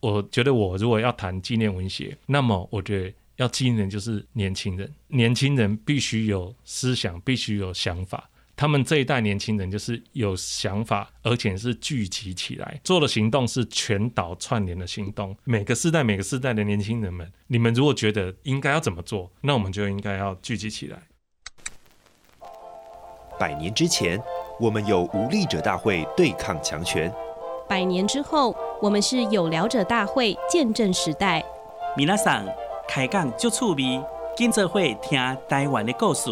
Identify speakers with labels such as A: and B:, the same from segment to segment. A: 我觉得我如果要谈纪念文学，那么我觉得要纪念就是年轻人，年轻人必须有思想，必须有想法。他们这一代年轻人就是有想法，而且是聚集起来做的行动是全岛串联的行动。每个世代每个世代的年轻人们，你们如果觉得应该要怎么做，那我们就应该要聚集起来。
B: 百年之前，我们有无力者大会对抗强权；
C: 百年之后，我们是有聊者大会，见证时代。
D: 米娜桑开讲就趣味，今朝会听台湾的故事。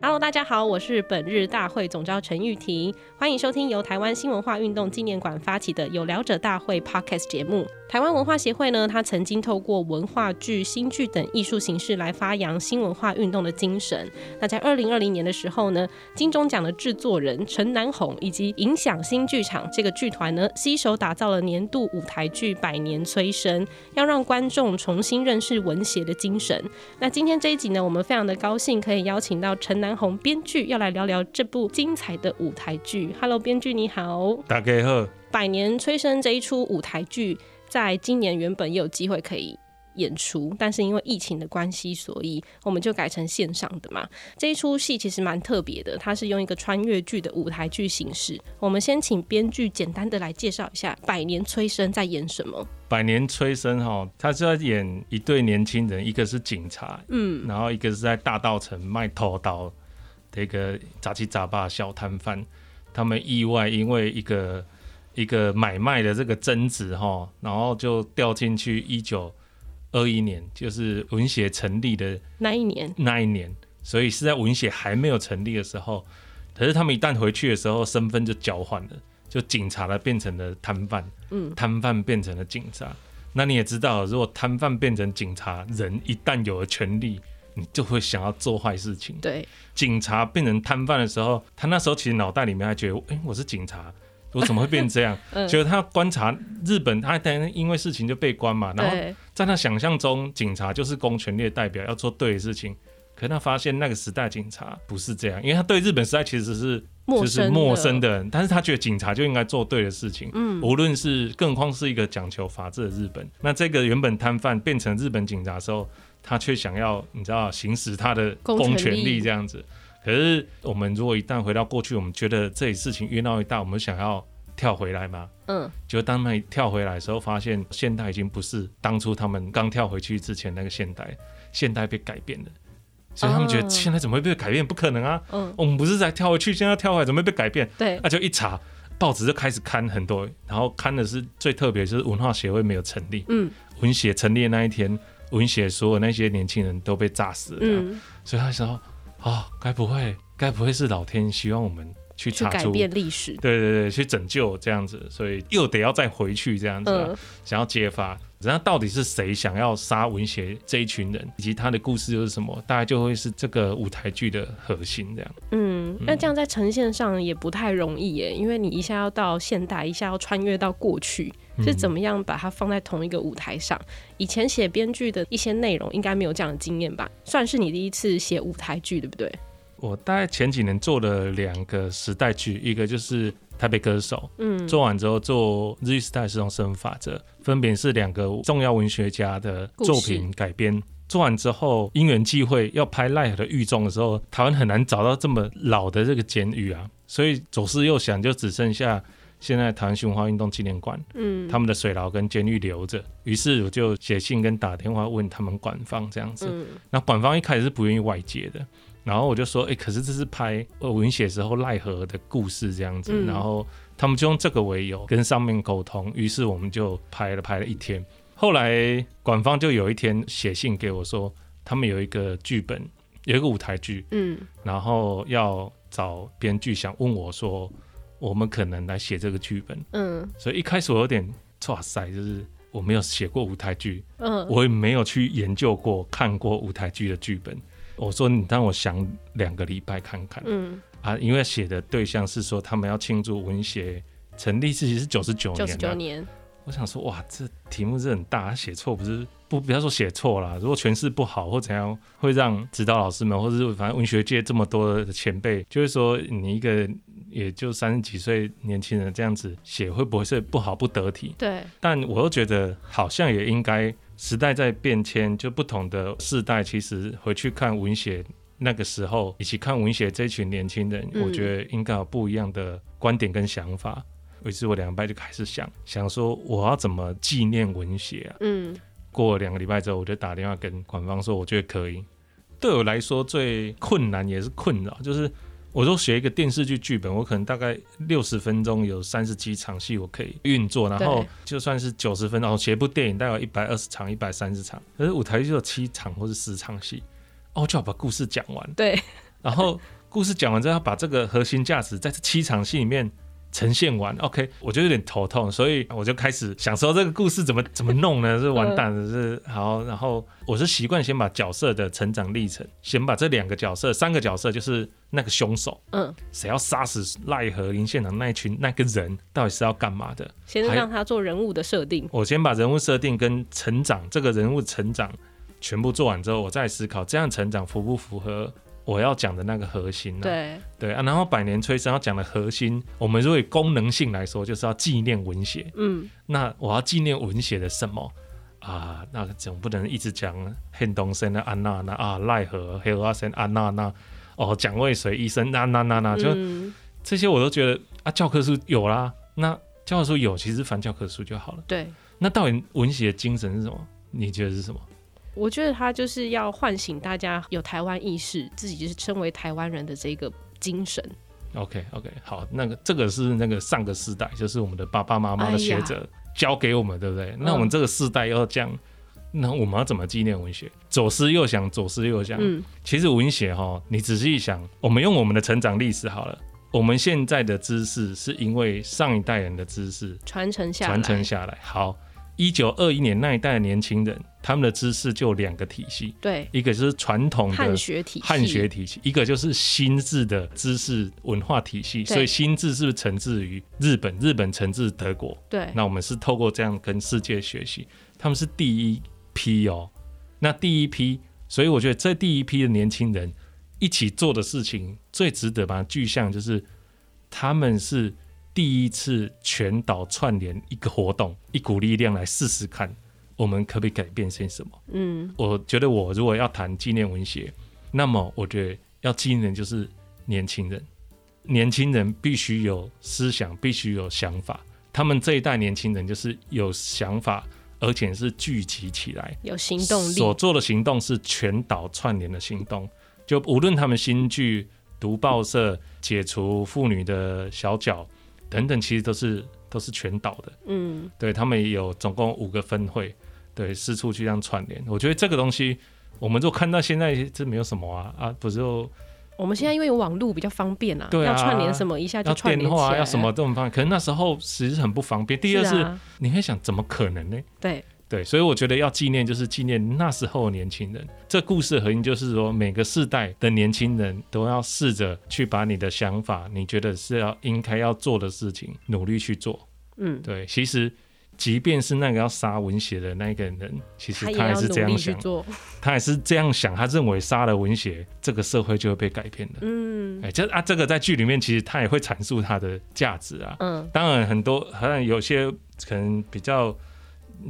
C: Hello，大家好，我是本日大会总召陈玉婷，欢迎收听由台湾新文化运动纪念馆发起的有聊者大会 Podcast 节目。台湾文化协会呢，它曾经透过文化剧、新剧等艺术形式来发扬新文化运动的精神。那在二零二零年的时候呢，金钟奖的制作人陈南红以及影响新剧场这个剧团呢，携手打造了年度舞台剧《百年催生》，要让观众重新认识文协的精神。那今天这一集呢，我们非常的高兴可以邀请到陈南红编剧，要来聊聊这部精彩的舞台剧。Hello，编剧你好，《
A: 大家好，
C: 百年催生》这一出舞台剧，在今年原本也有机会可以。演出，但是因为疫情的关系，所以我们就改成线上的嘛。这一出戏其实蛮特别的，它是用一个穿越剧的舞台剧形式。我们先请编剧简单的来介绍一下《百年催生》在演什么。
A: 百年催生哈、他是要演一对年轻人，一个是警察，
C: 嗯，
A: 然后一个是在大道城卖头刀的一个杂七杂八的小摊贩，他们意外因为一个一个买卖的这个争执哈，然后就掉进去一九二一年，就是文协成立的
C: 那一年，
A: 那一年，所以是在文协还没有成立的时候。可是他们一旦回去的时候，身份就交换了，就警察的变成了摊贩，
C: 嗯，
A: 摊贩变成了警察。那你也知道，如果摊贩变成警察，人一旦有了权利，你就会想要做坏事情。
C: 对，
A: 警察变成摊贩的时候，他那时候其实脑袋里面还觉得，哎、我是警察，我怎么会变这样？
C: 嗯
A: 结果他观察日本，他当然因为事情就被关嘛，然后
C: 对，
A: 在他想象中，警察就是公权力的代表，要做对的事情。可他发现那个时代警察不是这样，因为他对日本时代其实是
C: 陌
A: 就是
C: 生
A: 陌生，的人，但是他觉得警察就应该做对的事情。
C: 嗯，
A: 无论是更何况是一个讲求法治的日本，那这个原本摊贩变成日本警察的时候，他却想要你知道行使他的
C: 公
A: 公
C: 权
A: 权
C: 力
A: 力这样子。可是我们如果一旦回到过去，我们觉得这里事情越闹越大，我们想要跳回来吗？
C: 嗯，
A: 就当他们跳回来的时候，发现现代已经不是当初他们刚跳回去之前那个现代，现代被改变了，所以他们觉
C: 哦
A: 得现在怎么会被改变？不可能啊！
C: 嗯，
A: 我们不是在跳回去，现在跳回来怎么会被改变？
C: 对，
A: 那、就一查，报纸就开始刊很多，然后刊的是最特别，就是文化协会没有成立，
C: 嗯
A: 文协成立的那一天，文协所有那些年轻人都被炸死了，
C: 嗯，
A: 所以他说啊，该不会，该不会是老天希望我们去
C: 嗯去
A: 查
C: 改
A: 出？
C: 变历史，
A: 对对对，去拯救这样子，所以又得要再回去这样子啊、
C: 嗯
A: 想要揭发，然后到底是谁想要杀文学这一群人，以及他的故事又是什么，大概就会是这个舞台剧的核心这样。
C: 嗯，那这样在呈现上也不太容易耶，因为你一下要到现代，一下要穿越到过去，是怎么样把它放在同一个舞台上？以前写编剧的一些内容应该没有这样的经验吧？算是你第一次写舞台剧，对不对？
A: 我大概前几年做了两个时代剧，一个就是《台北歌手》，
C: 嗯，
A: 做完之后做《日语时代使用生法则》，分别是两个重要文学家的作
C: 故
A: 品改编。做完之后，因缘际会要拍奈何的狱中的时候，台湾很难找到这么老的这个监狱啊，所以左思右想，就只剩下现在台湾文化运动纪念馆，
C: 嗯，
A: 他们的水牢跟监狱留着。于是我就写信跟打电话问他们管方这样子，
C: 嗯
A: 那管方一开始是不愿意外借的，然后我就说，哎、可是这是拍呃文写时候奈何的故事这样子，
C: 嗯
A: 然后他们就用这个为由跟上面沟通，于是我们就拍了拍了一天。后来管方就有一天写信给我说，他们有一个剧本，有一个舞台剧，
C: 嗯
A: 然后要找编剧，想问我说，我们可能来写这个剧本。
C: 嗯
A: 所以一开始我有点哇塞，就是我没有写过舞台剧，
C: 嗯
A: 我也没有去研究过、看过舞台剧的剧本。我说你让我想两个礼拜看看、
C: 嗯，
A: 啊，因为写的对象是说他们要庆祝文学成立，其实是九十九
C: 九
A: 年、
C: 十九。年，
A: 我想说，哇，这题目是很大，他写错不是不不要说写错啦，如果诠释不好或怎样，会让指导老师们或者是反正文学界这么多的前辈，就会说你一个也就三十几岁年轻人这样子写，会不会是不好不得体？
C: 对，
A: 但我又觉得好像也应该，时代在变迁，就不同的世代，其实回去看文学那个时候，以及看文学这群年轻人，
C: 嗯
A: 我觉得应该有不一样的观点跟想法。于是我两个礼拜就开始想，想说我要怎么纪念文学啊？
C: 嗯
A: 过了两个礼拜之后，我就打电话跟馆方说，我觉得可以。对我来说最困难也是困扰，就是我说写一个电视剧剧本，我可能大概六十分钟有三十几场戏我可以运作，然后
C: 对
A: 就算是九十分钟，哦写一部电影大概一百二十场、一百三十场，可是舞台剧就有七场或是十场戏，哦，就要把故事讲完。
C: 对，
A: 然后故事讲完之后，要把这个核心价值在这七场戏里面呈现完。OK，我就有点头痛，所以我就开始想说这个故事怎么怎么弄呢？是完蛋了，是好。然后我是习惯先把角色的成长历程，先把这两个角色、三个角色，就是那个凶手，
C: 嗯，
A: 谁要杀死奈何林县长那一群那个人，到底是要干嘛的？
C: 先
A: 还
C: 让他做人物的设定，
A: 我先把人物设定跟成长这个人物成长全部做完之后，我再思考这样成长符不符合我要讲的那个核心、啊。
C: 对，
A: 对啊，然后百年催生要讲的核心，我们如果以功能性来说，就是要纪念文学。
C: 嗯，
A: 那我要纪念文学的什么啊？那总不能一直讲恨东升的安娜娜啊，奈何黑阿森安娜娜，哦，蒋渭水医生那那那那，就
C: 嗯
A: 这些我都觉得啊，教科书有啦，那教科书有，其实翻教科书就好了。
C: 对，
A: 那到底文学精神是什么？你觉得是什么？
C: 我觉得他就是要唤醒大家有台湾意识，自己就是身为台湾人的这个精神。
A: OK OK，好，那个这个是那个上个世代，就是我们的爸爸妈妈的学
C: 哎
A: 者教给我们，对不
C: 嗯
A: 对？那我们这个世代要讲，那我们要怎么纪念文学？左思右想，左思右想。
C: 嗯，
A: 其实文学哈，你仔细一想，我们用我们的成长历史好了，我们现在的知识是因为上一代人的知识
C: 传承下来，
A: 传承下来。好，一九二一年那一代的年轻人，他们的知识就有两个体系，
C: 对
A: 一个就是传统的
C: 汉学体系，
A: 汉学体系，一个就是新制的知识文化体系，
C: 对
A: 所以新制是不是承自于日本，日本承自德国，
C: 对，
A: 那我们是透过这样跟世界学习，他们是第一批哦。那第一批，所以我觉得这第一批的年轻人一起做的事情，最值得把它具象就是他们是第一次全岛串联一个活动，一股力量来试试看，我们可不可以改变些什么。
C: 嗯
A: 我觉得我如果要谈纪念文学，那么我觉得要纪念的就是年轻人。年轻人必须有思想，必须有想法。他们这一代年轻人就是有想法，而且是聚集起来，
C: 有行动力，
A: 所做的行动是全岛串联的行动。就无论他们新剧、读报社、解除妇女的小脚等等，其实都是都是全岛的。
C: 嗯
A: 对他们也有总共五个分会，对，四处去这样串联。我觉得这个东西，我们就看到现在这没有什么啊啊，不是又
C: 我们现在因为有网络比较方便啊，
A: 对啊
C: 要串联什么一下就
A: 要
C: 串
A: 电
C: 联起
A: 话
C: 来
A: 啊，
C: 了，
A: 要什么这么方便？可能那时候其实很不方便。第二是，
C: 啊
A: 你会想，怎么可能呢？
C: 对
A: 对，所以我觉得要纪念，就是纪念那时候的年轻人。这故事的核心就是说，每个世代的年轻人都要试着去把你的想法，你觉得是要应该要做的事情，努力去做。
C: 嗯，
A: 对，其实即便是那个要杀文学的那个人，其实
C: 他也
A: 他还
C: 要
A: 是
C: 努
A: 这样
C: 力去
A: 想，
C: 做，
A: 他还是这样想，他认为杀了文学，这个社会就会被改变的。
C: 嗯
A: 哎、这啊，这个在剧里面其实他也会阐述他的价值啊。
C: 嗯
A: 当然，很多好像有些可能比较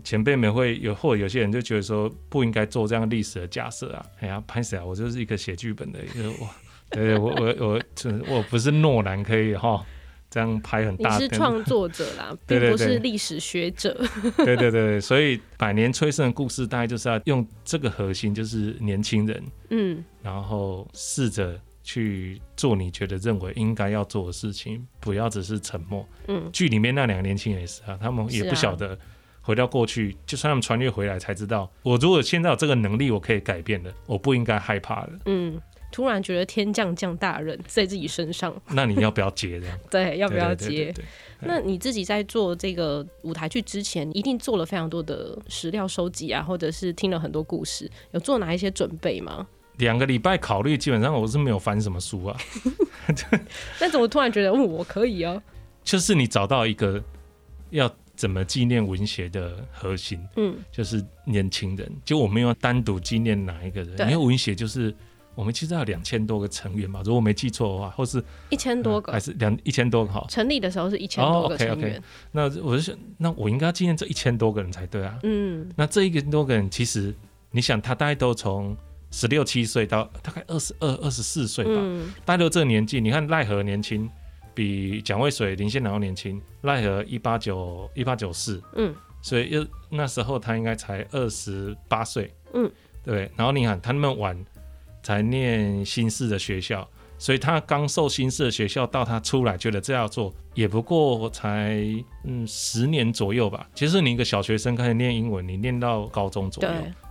A: 前辈们会有，或者有些人就觉得说不应该做这样历史的假设啊。哎呀，潘 Sir 啊，我就是一个写剧本的，一个我，对我我我就是我不是诺兰可以哈这样拍很
C: 你
A: 大
C: 是
A: 片的。
C: 创作者 啦，
A: 对
C: 并
A: 对
C: 不
A: 对
C: 是历史学者，
A: 对对对，所以百年催生的故事大概就是要用这个核心，就是年轻人，
C: 嗯
A: 然后试着去做你觉得认为应该要做的事情，不要只是沉默。
C: 嗯，
A: 剧里面那两个年轻人也是啊，他们也
C: 是啊
A: 不晓得回到过去，就算他们穿越回来才知道，我如果现在有这个能力，我可以改变的，我不应该害怕 的。
C: 嗯，突然觉得天降降大任在自己身上，
A: 那你要不要接这样？
C: 对， 要不要
A: 对
C: 接？
A: 对对对对
C: 那你自己在做这个舞台剧之前，一定做了非常多的史料收集啊，或者是听了很多故事，有做哪一些准备吗？
A: 两个礼拜考虑，基本上我是没有翻什么书啊，
C: 但怎么突然觉得，嗯，我可以哦、
A: 就是你找到一个要怎么纪念文学的核心，
C: 嗯，
A: 就是年轻人。就我们要单独纪念哪一个人，
C: 对
A: 因为文学就是我们其实有两千多个成员吧，如果我没记错的话，或是呃
C: 一千多
A: 还
C: 个，
A: 是两一千多个哈。
C: 成立的时候是一千多
A: 嗯
C: 个
A: 哦
C: 成
A: ，OK，OK
C: 员，
A: 那我就想，那我应该纪念这一千多个人才对啊。
C: 嗯，
A: 那这一个多个人，其实你想，他大概都从十六七岁到大概二十二、二十四岁吧，
C: 嗯，
A: 大概都这个年纪。你看奈何年轻，比蒋渭水、林献堂都年轻。奈何一八九一八九四，
C: 嗯，
A: 所以又那时候他应该才二十八岁，
C: 嗯，
A: 对。然后你看他那么晚才念新式的学校，所以他刚受新式的学校到他出来觉得这要做，也不过才嗯十年左右吧。其实你一个小学生开始念英文，你念到高中左右，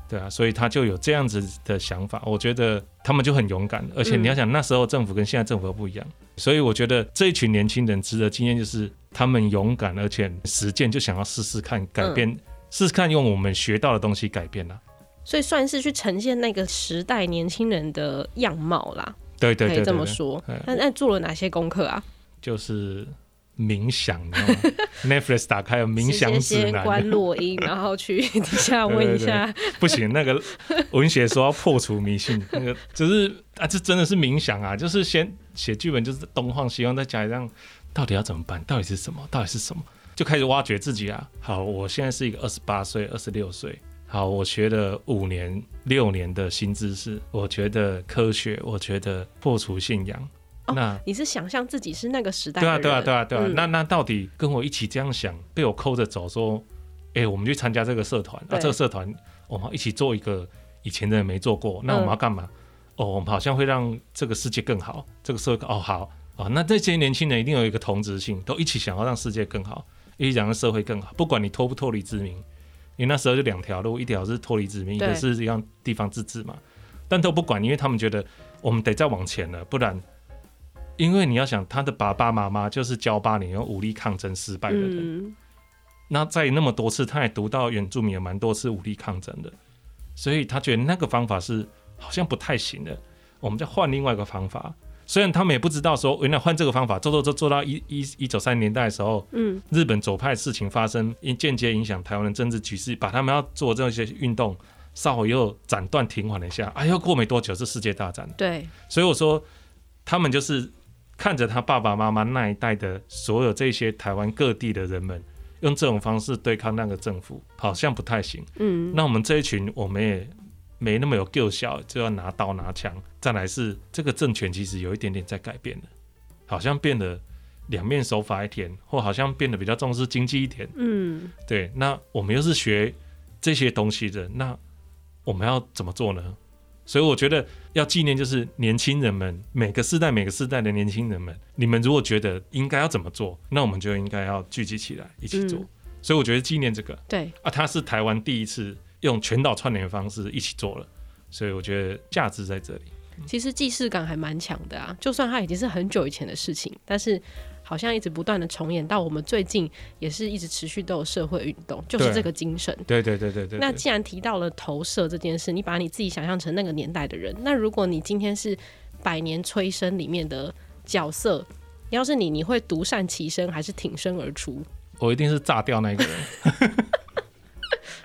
C: 对，
A: 对啊，所以他就有这样子的想法，我觉得他们就很勇敢，而
C: 嗯
A: 且你要想那时候政府跟现在政府又不一样，所以我觉得这一群年轻人值得纪念，就是他们勇敢，而且实践就想要试试看改变，
C: 嗯
A: 试试看用我们学到的东西改变啊啦、
C: 所以算是去呈现那个时代年轻人的样貌啦，
A: 对对
C: 可
A: 对
C: 以这
A: 对
C: 么
A: 对，
C: 说
A: 哎。
C: 那那做了哪些功课啊？
A: 就是冥想，你知道吗 ？Netflix 打开有冥想
C: 直
A: 指
C: 接先关
A: 南，
C: 录音，然后去 底下问一 下，
A: 不行，那个文学说要破除迷信， 那个就是啊，这真的是冥想啊，就是先写剧本，就是东晃西晃，在家里这样，到底要怎么办？到底是什么？到底是什么？就开始挖掘自己啊。好，我现在是一个二十八岁、二十六岁。好，我学了五年、六年的新知识，我觉得科学，我觉得破除信仰。
C: 哦
A: 那
C: 你是想象自己是那个时代
A: 对啊，
C: 的
A: 对啊，对
C: 啊，
A: 啊，对啊。
C: 嗯
A: 那那到底跟我一起这样想，被我抠着走，说，哎、我们去参加这个社团，啊，
C: 对
A: 这个社团我们一起做一个以前的人没做过，那我们
C: 嗯
A: 要干嘛？哦，我们好像会让这个世界更好，这个社会哦好哦，那这些年轻人一定有一个同质性，都一起想要让世界更好，一起想让社会更好，不管你脱不脱离殖民，因为那时候就两条路，一条是脱离殖民，一
C: 对
A: 个是让地方自治嘛，但都不管，因为他们觉得我们得再往前了，不然。因为你要想，他的爸爸妈妈就是教八年用武力抗争失败的人，
C: 嗯，
A: 那在那么多次，他也读到原住民也蛮多次武力抗争的，所以他觉得那个方法是好像不太行的，我们再换另外一个方法。虽然他们也不知道说原来换这个方法做做做做到一一一九三年代的时候，
C: 嗯，
A: 日本左派事情发生，因间接影响台湾的政治局势，把他们要做这些运动稍微又斩断停缓了一下，哎、啊，又过没多久是世界大战了。
C: 对，
A: 所以我说，他们就是看着他爸爸妈妈那一代的所有这些台湾各地的人们，用这种方式对抗那个政府，好像不太行。
C: 嗯，
A: 那我们这一群，我们也没那么有救效，就要拿刀拿枪。再来是这个政权其实有一点点在改变了，好像变得两面手法一点，或好像变得比较重视经济一点。
C: 嗯，
A: 对，那我们又是学这些东西的，那我们要怎么做呢？所以我觉得要纪念就是年轻人们，每个世代每个世代的年轻人们，你们如果觉得应该要怎么做，那我们就应该要聚集起来一起做。
C: 嗯
A: 所以我觉得纪念这个
C: 对，
A: 啊，它是台湾第一次用全岛串联的方式一起做了，所以我觉得价值在这里。
C: 其实既视感还蛮强的啊。就算它已经是很久以前的事情，但是好像一直不断的重演到我们最近，也是一直持续都有社会运动，就是
A: 对
C: 这个精神。
A: 对对对对对
C: 那既然提到了投射这件事，你把你自己想象成那个年代的人，那如果你今天是《百年催生》里面的角色，要是你，你会独善其身还是挺身而出？
A: 我一定是炸掉那一个人。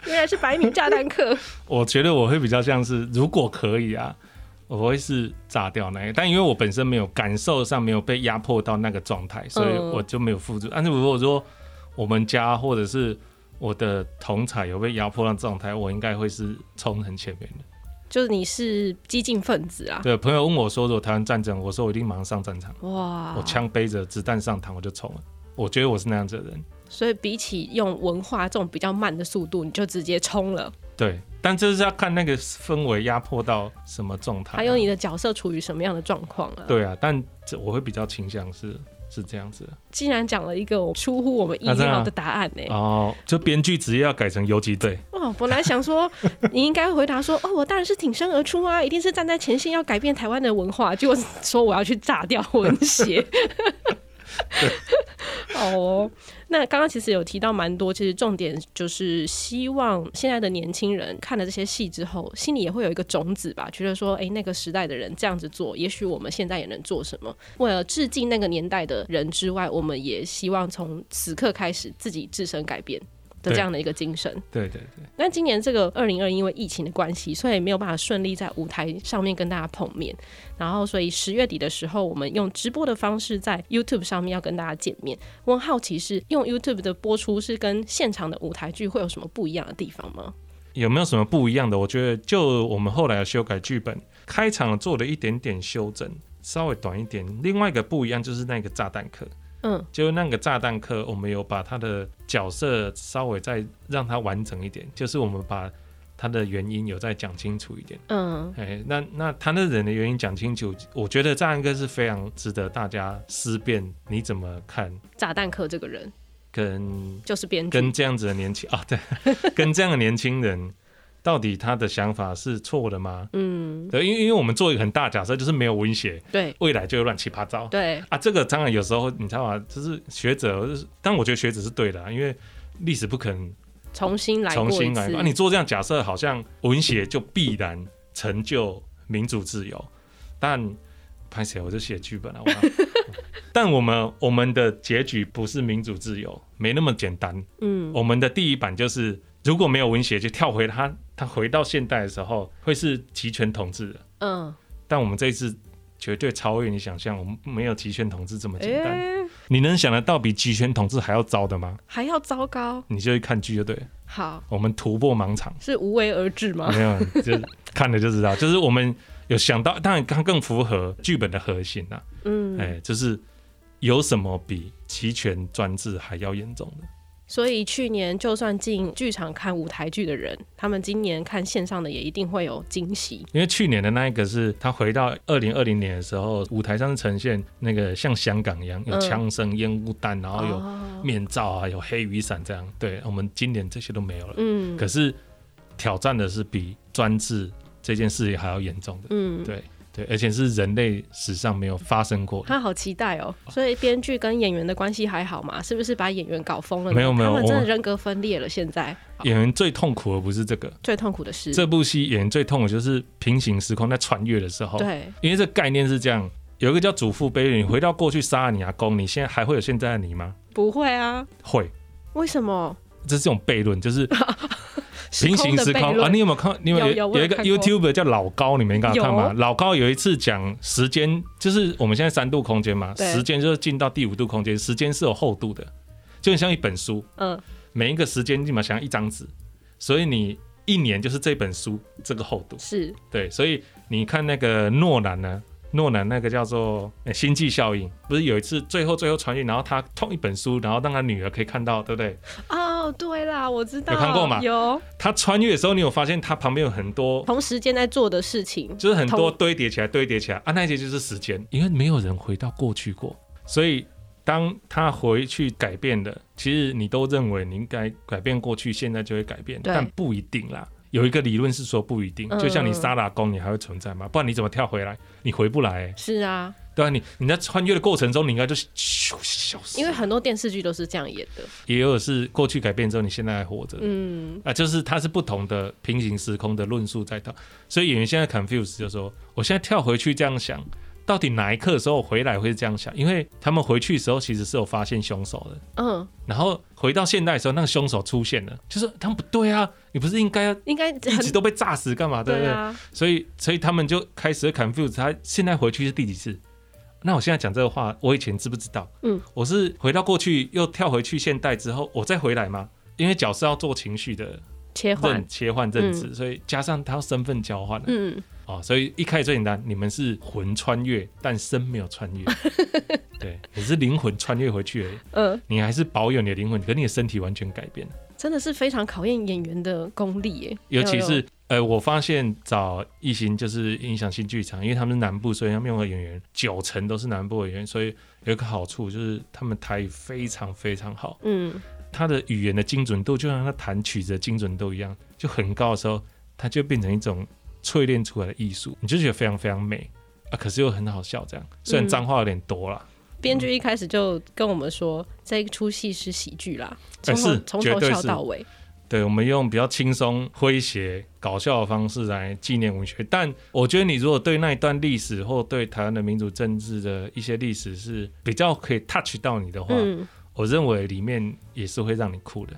C: 原来是百米炸弹客，
A: 我觉得我会比较像是，如果可以啊，我会是炸掉那个。但因为我本身没有感受上没有被压迫到那个状态，所以
C: 嗯
A: 我就没有付出。但是如果说我们家或者是我的同彩有被压迫到状态，我应该会是冲很前面的。
C: 就是你是激进分子啊！
A: 对，朋友问我说，如果台湾战争，我说我一定马上上战场，
C: 哇，
A: 我枪背着子弹上膛，我就冲了。我觉得我是那样子的人，
C: 所以比起用文化这种比较慢的速度，你就直接冲了。
A: 对。但这是要看那个氛围压迫到什么状态啊、
C: 还有你的角色处于什么样的状况啊？，
A: 对啊，但这我会比较倾向是是这样子的。
C: 竟然讲了一个出乎我们意
A: 啊真的啊
C: 料的答案呢、
A: 哦，就编剧职业要改成游击队，
C: 哦，本来想说你应该回答说，哦，我当然是挺身而出啊，一定是站在前线要改变台湾的文化，结果说我要去炸掉文学，好哦，那刚刚其实有提到蛮多，其实重点就是希望现在的年轻人看了这些戏之后，心里也会有一个种子吧，觉得说，哎，那个时代的人这样子做，也许我们现在也能做什么。为了致敬那个年代的人之外，我们也希望从此刻开始自己自身改变。的
A: 对
C: 这样的一个精神。
A: 对对对，
C: 那今年这个二零二因为疫情的关系，所以没有办法顺利在舞台上面跟大家碰面。然后，所以十月底的时候，我们用直播的方式在 YouTube 上面要跟大家见面。我很好奇是用 YouTube 的播出是跟现场的舞台剧会有什么不一样的地方吗？
A: 有没有什么不一样的？我觉得就我们后来有修改剧本，开场做了一点点修正，稍微短一点。另外一个不一样就是那个炸弹客，
C: 嗯，
A: 就那个炸弹客，我们有把他的角色稍微再让他完整一点，就是我们把他的原因有再讲清楚一点。
C: 嗯，
A: 哎，那那他那人的原因讲清楚，我觉得炸弹客是非常值得大家思辨，你怎么看？
C: 炸弹客这个人
A: 跟
C: 就是编剧，
A: 跟这样子的年轻啊，对， 跟这样的年轻人，到底他的想法是错的吗？
C: 嗯，
A: 对，因为因为我们做一个很大假设，就是没有文学，
C: 对
A: 未来就会乱七八糟。
C: 对，
A: 啊，这个当然有时候你知道吗？就是学者，就是但我觉得学者是对的啊、因为历史不可能
C: 重新来过
A: 重
C: 一
A: 新来
C: 次，
A: 过。啊、你做这样假设，好像文学就必然成就民主自由，但拍谁我就写剧本了、啊我 但我们我们的结局不是民主自由，没那么简单。
C: 嗯
A: 我们的第一版就是如果没有文学，就跳回他他回到现代的时候，会是集权统治的。
C: 嗯，
A: 但我们这一次绝对超越你想象，我们没有集权统治这么简单。
C: 哎，
A: 你能想得到比集权统治还要糟的吗？
C: 还要糟糕，
A: 你就去看剧就对了。
C: 好
A: 我们突破盲场，
C: 是无为而治吗？
A: 没有，就是看了就知道，就是我们有想到，当然它更符合剧本的核心啦、
C: 嗯，
A: 哎，就是有什么比集权专制还要严重的？
C: 所以去年就算进剧场看舞台剧的人，他们今年看线上的也一定会有惊喜。
A: 因为去年的那一个是他回到二零二零年的时候，舞台上是呈现那个像香港一样，有
C: 嗯
A: 枪声、烟雾弹，然后有
C: 哦，
A: 面罩啊，有黑雨伞这样。对我们今年这些都没有了。
C: 嗯
A: 可是挑战的是比专制这件事还要严重的，
C: 嗯，
A: 对对，而且是人类史上没有发生过的。
C: 他好期待哦。所以编剧跟演员的关系还好嘛？是不是把演员搞疯了呢？
A: 没有没有
C: 他们真的
A: 我
C: 人格分裂了。现在好
A: 演员最痛苦的不是这个，
C: 最痛苦的是
A: 这部戏演员最痛苦就是平行时空在穿越的时候，
C: 对，
A: 因为这概念是这样。有一个叫祖父悖论，你回到过去杀了你阿公，你现在还会有现在的你吗？
C: 不会啊？
A: 会，
C: 为什么？
A: 这是这种悖论，就是 平行时
C: 时空的悖
A: 空
C: 论
A: 啊！你有没有看？你有没
C: 有有
A: 有
C: 我有
A: 有一个
C: 看过
A: YouTube 叫老高，你没看
C: 有
A: 看吗？老高有一次讲时间，就是我们现在三度空间嘛，
C: 对
A: 时间就是进到第五度空间，时间是有厚度的，就很像一本书，
C: 嗯
A: 每一个时间你们想像一张纸，所以你一年就是这本书这个厚度。
C: 是
A: 对，所以你看那个诺兰呢，诺兰那个叫做呃《星际效应》，不是有一次最后最后穿越，然后他痛一本书，然后让他女儿可以看到，对不对？
C: 哦，对啦，我知道，
A: 有看过吗
C: 有
A: 他穿越的时候，你有发现他旁边有很多，
C: 同时间在做的事情，
A: 就是很多堆叠起来、堆叠起来啊，那些就是时间，因为没有人回到过去过，所以当他回去改变的，其实你都认为你应该改变过去，现在就会改变，
C: 对
A: 但不一定啦。有一个理论是说不一定，
C: 嗯
A: 就像你杀了阿公，你还会存在吗？不然你怎么跳回来？你回不来欸、
C: 是啊，
A: 对啊，你你在穿越的过程中，你应该就是咻消失，
C: 因为很多电视剧都是这样演的。
A: 也有是过去改变之后，你现在还活着。
C: 嗯，
A: 啊，就是它是不同的平行时空的论述在跳，所以演员现在 confuse 就说，我现在跳回去这样想，到底哪一刻的时候我回来会是这样想？因为他们回去的时候其实是有发现凶手的，
C: 嗯，
A: 然后回到现代的时候，那个凶手出现了，就是他们不对啊，你不是应该要
C: 应该
A: 一
C: 很
A: 直都被炸死 干嘛？对不
C: 啊对
A: 对？
C: 啊，
A: 所以所以他们就开始 confuse，他现在回去是第几次？那我现在讲这个话，我以前知不知道？
C: 嗯，
A: 我是回到过去，又跳回去现代之后，我再回来吗？因为角色要做情绪的
C: 切换
A: 认。切换认知，所以加上他要身份交换、啊
C: 嗯，
A: 哦，所以一开始最简单，你们是魂穿越，但身没有穿 越，对，你是灵魂穿越回去而已，
C: 呃，
A: 你还是保有你的灵魂，可你的身体完全改变了，
C: 真的是非常考验演员的功力耶，
A: 尤其
C: 要有
A: 是。呃，我发现找艺兴就是影响新剧场，因为他们是南部，所以他们用的演员九成都是南部的演员，所以有一个好处就是他们台语非常非常好。
C: 嗯，
A: 他的语言的精准度，就像他弹曲子的精准度一样，就很高的时候，它就变成一种淬炼出来的艺术，你就觉得非常非常美啊，可是又很好笑这样。虽然脏话有点多啦，
C: 编剧一开始就跟我们说，这一出戏是喜剧啦，
A: 哎
C: 从头
A: 是
C: 从
A: 绝
C: 头
A: 对
C: 笑
A: 是
C: 到尾。
A: 对，我们用比较轻松、诙谐、搞笑的方式来纪念文学。但我觉得你如果对那一段历史或对台湾的民主政治的一些历史是比较可以 touch 到你的话，
C: 嗯
A: 我认为里面也是会让你哭的，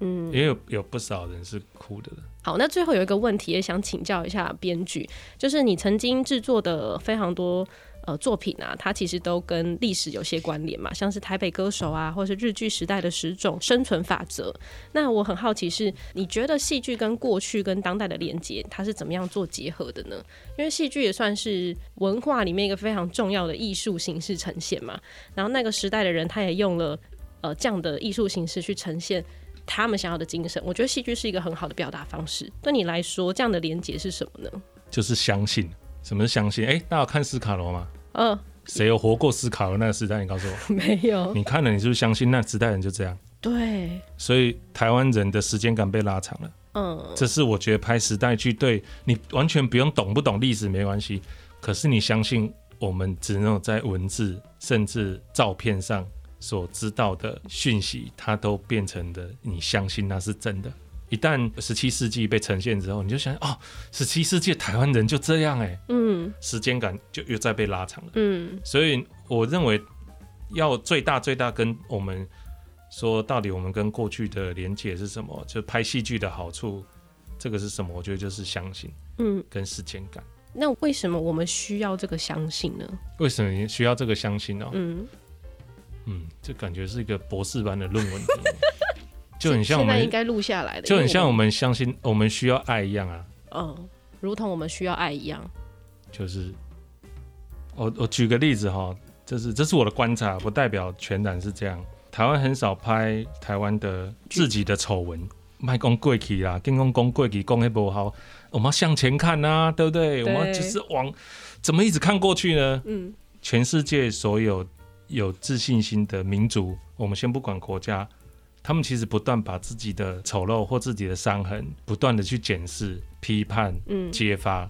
C: 嗯，
A: 因为有有不少人是哭的。
C: 好，那最后有一个问题也想请教一下编剧，就是你曾经制作的非常多呃作品啊，它其实都跟历史有些关联嘛，像是《台北歌手》啊，或是日剧时代的十种生存法则。那我很好奇是，你觉得戏剧跟过去跟当代的连接，它是怎么样做结合的呢？因为戏剧也算是文化里面一个非常重要的艺术形式呈现嘛，然后那个时代的人他也用了呃这样的艺术形式去呈现他们想要的精神。我觉得戏剧是一个很好的表达方式。对你来说，这样的连接是什么呢？
A: 就是相信，什么是相信？哎，那我看斯卡罗吗？
C: 呃，
A: 谁有活过斯卡罗那个时代？你告诉我，
C: 没有，
A: 你看了，你是不是相信那时代人就这样？
C: 对，
A: 所以台湾人的时间感被拉长了。
C: 嗯，
A: 这是我觉得拍时代剧对你完全不用懂不懂历史没关系，可是你相信我们只能在文字甚至照片上所知道的讯息，它都变成的你相信那是真的。一旦十七世纪被呈现之后，你就想哦，十七世纪的台湾人就这样哎、
C: 嗯，
A: 时间感就又再被拉长了。
C: 嗯，
A: 所以我认为要最大最大跟我们说到底我们跟过去的连接是什么，就拍戏剧的好处，这个是什么？我觉得就是相信，
C: 嗯，
A: 跟时间感。
C: 那为什么我们需要这个相信呢？
A: 为什么你需要这个相信呢、哦
C: 嗯，
A: 嗯，这感觉是一个博士班的论文题目，就很像我
C: 现在应
A: 们，
C: 该录下来的，
A: 就很像我
C: 们，
A: 们相信我们需要爱一样啊，
C: 嗯，如同我们需要爱一样。
A: 就是我我举个例子哈，这是这是我的观察，不代表全然是这样。台湾很少拍台湾的自己的丑闻，卖讲过去啦，跟讲讲过去讲那不好，我们要向前看呐、对不对？我
C: 对
A: 们要就是往怎么一直看过去呢？
C: 嗯
A: 全世界所有有自信心的民族，我们先不管国家，他们其实不断把自己的丑陋或自己的伤痕，不断的去检视、批判、
C: 嗯
A: 揭发，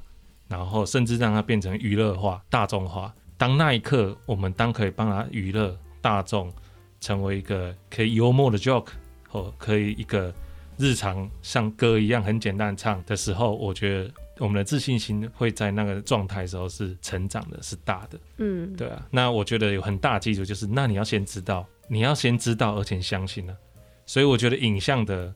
A: 然后甚至让它变成娱乐化、大众化。当那一刻，我们当可以帮他娱乐大众，成为一个可以幽默的 joke 或可以一个日常像歌一样很简单地唱的时候，我觉得我们的自信心会在那个状态时候是成长的，是大的。
C: 嗯，
A: 对啊，那我觉得有很大的基础就是，那你要先知道，你要先知道，而且相信呢、所以我觉得影像的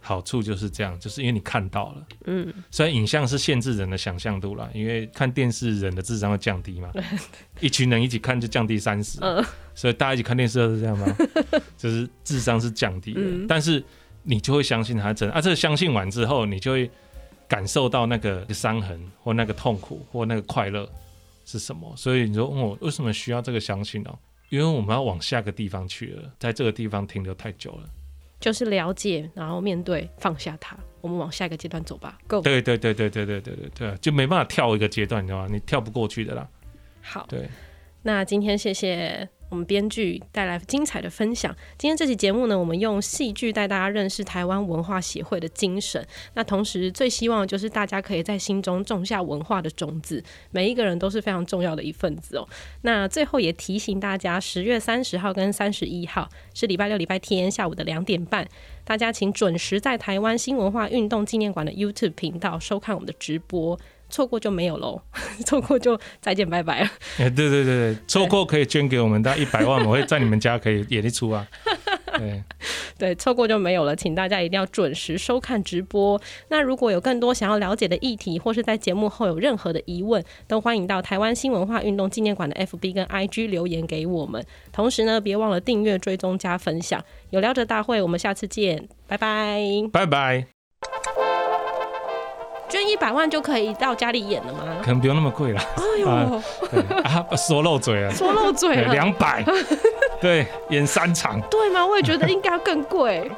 A: 好处就是这样，就是因为你看到了。
C: 嗯，
A: 虽然影像是限制人的想象度啦，因为看电视人的智商会降低嘛，一群人一起看就降低三十、
C: 嗯
A: 所以大家一起看电视都是这样吗？就是智商是降低的，
C: 嗯
A: 但是你就会相信它真的啊。这个相信完之后，你就会感受到那个伤痕或那个痛苦或那个快乐是什么。所以你说问我为什么需要这个相信呢、因为我们要往下个地方去了，在这个地方停留太久了。
C: 就是了解，然后面对，放下它，我们往下一个阶段走吧。Go，
A: 对对对对对对对对对，就没办法跳一个阶段，你知道吗？你跳不过去的啦。
C: 好。
A: 对，
C: 那今天谢谢我们编剧带来精彩的分享。今天这期节目呢，我们用戏剧带大家认识台湾文化协会的精神。那同时，最希望的就是大家可以在心中种下文化的种子，每一个人都是非常重要的一份子哦。那最后也提醒大家，十月三十号跟三十一号是礼拜六、礼拜天下午的两点半，大家请准时在台湾新文化运动纪念馆的 YouTube 频道收看我们的直播。错过就没有喽， 错过就再见，拜拜了。
A: 哎、对对对对，错过可以捐给我们，大概一百万，我会在你们家可以演一出 啊。对，
C: 对，错过就没有了，请大家一定要准时收看直播。那如果有更多想要了解的议题，或是在节目后有任何的疑问，都欢迎到台湾新文化运动纪念馆的 FB 跟 IG 留言给我们。同时呢，别忘了订阅、追踪、加分享。有聊者大会，我们下次见，拜拜。
A: 拜拜，
C: 捐一百万就可以到家里演了吗？
A: 可能不用那么贵啦。
C: 哎呦
A: 啊，对啊，说漏嘴 了，
C: 说漏嘴了，
A: 两百，对，演三场。
C: 对吗？我也觉得应该要更贵。